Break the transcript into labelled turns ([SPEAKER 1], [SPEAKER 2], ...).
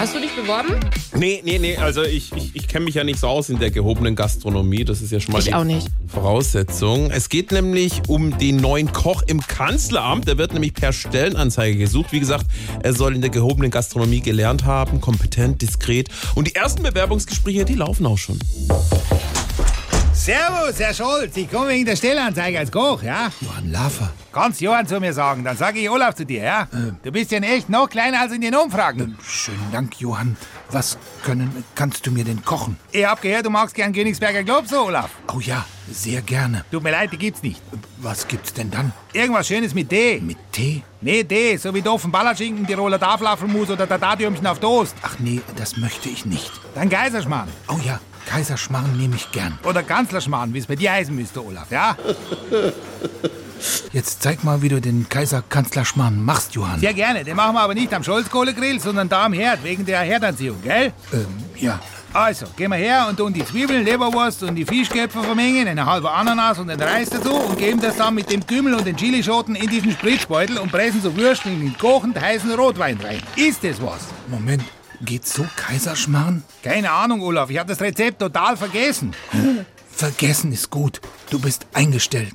[SPEAKER 1] Hast du dich beworben?
[SPEAKER 2] Nee, nee, nee, also ich, ich, ich kenne mich ja nicht so aus in der gehobenen Gastronomie. Das ist ja schon mal
[SPEAKER 1] Ich
[SPEAKER 2] die
[SPEAKER 1] auch nicht.
[SPEAKER 2] Voraussetzung. Es geht nämlich um den neuen Koch im Kanzleramt. Der wird nämlich per Stellenanzeige gesucht. Wie gesagt, er soll in der gehobenen Gastronomie gelernt haben, kompetent, diskret. Und die ersten Bewerbungsgespräche, die laufen auch schon.
[SPEAKER 3] Servus, Herr Scholz, ich komme wegen der Stellanzeige als Koch, ja?
[SPEAKER 4] Johann Laffer.
[SPEAKER 3] Kannst Johann zu mir sagen, dann sage ich Olaf zu dir, ja? Du bist ja in echt noch kleiner als in den
[SPEAKER 4] Ähm.
[SPEAKER 3] Umfragen.
[SPEAKER 4] Schönen Dank, Johann. Was können, kannst du mir denn kochen?
[SPEAKER 3] Ich hab gehört, du magst gern Königsberger Globs, Olaf.
[SPEAKER 4] Oh ja, sehr gerne.
[SPEAKER 3] Tut mir leid, die gibt's nicht.
[SPEAKER 4] Was gibt's denn dann?
[SPEAKER 3] Irgendwas Schönes mit D.
[SPEAKER 4] Mit Tee?
[SPEAKER 3] Nee, D, so wie doofen Ballerschinken, Tiroler Tafelaffelmus oder Tatatiümchen auf Toast.
[SPEAKER 4] Ach nee, das möchte ich nicht.
[SPEAKER 3] Dann Kaiserschmarrn.
[SPEAKER 4] Oh ja, Kaiserschmarrn nehme ich gern.
[SPEAKER 3] Oder Kanzlerschmarrn, wie es bei dir heißen müsste, Olaf, ja?
[SPEAKER 4] Jetzt zeig mal, wie du den Kaiserkanzlerschmarrn machst, Johann.
[SPEAKER 3] Sehr gerne, den machen wir aber nicht am Scholz-Kohlegrill, sondern da am Herd, wegen der Herdanziehung, gell?
[SPEAKER 4] Ähm, ja.
[SPEAKER 3] Also, gehen wir her und tun die Zwiebeln, Leberwurst und die Fischköpfe vermengen, eine halbe Ananas und den Reis dazu und geben das dann mit dem Kümmel und den Chilischoten in diesen Spritzbeutel und pressen so Würstchen in kochend heißen Rotwein rein. Ist das was?
[SPEAKER 4] Moment, geht so Kaiserschmarrn?
[SPEAKER 3] Keine Ahnung, Olaf, ich habe das Rezept total vergessen.
[SPEAKER 4] Vergessen ist gut. Du bist eingestellt.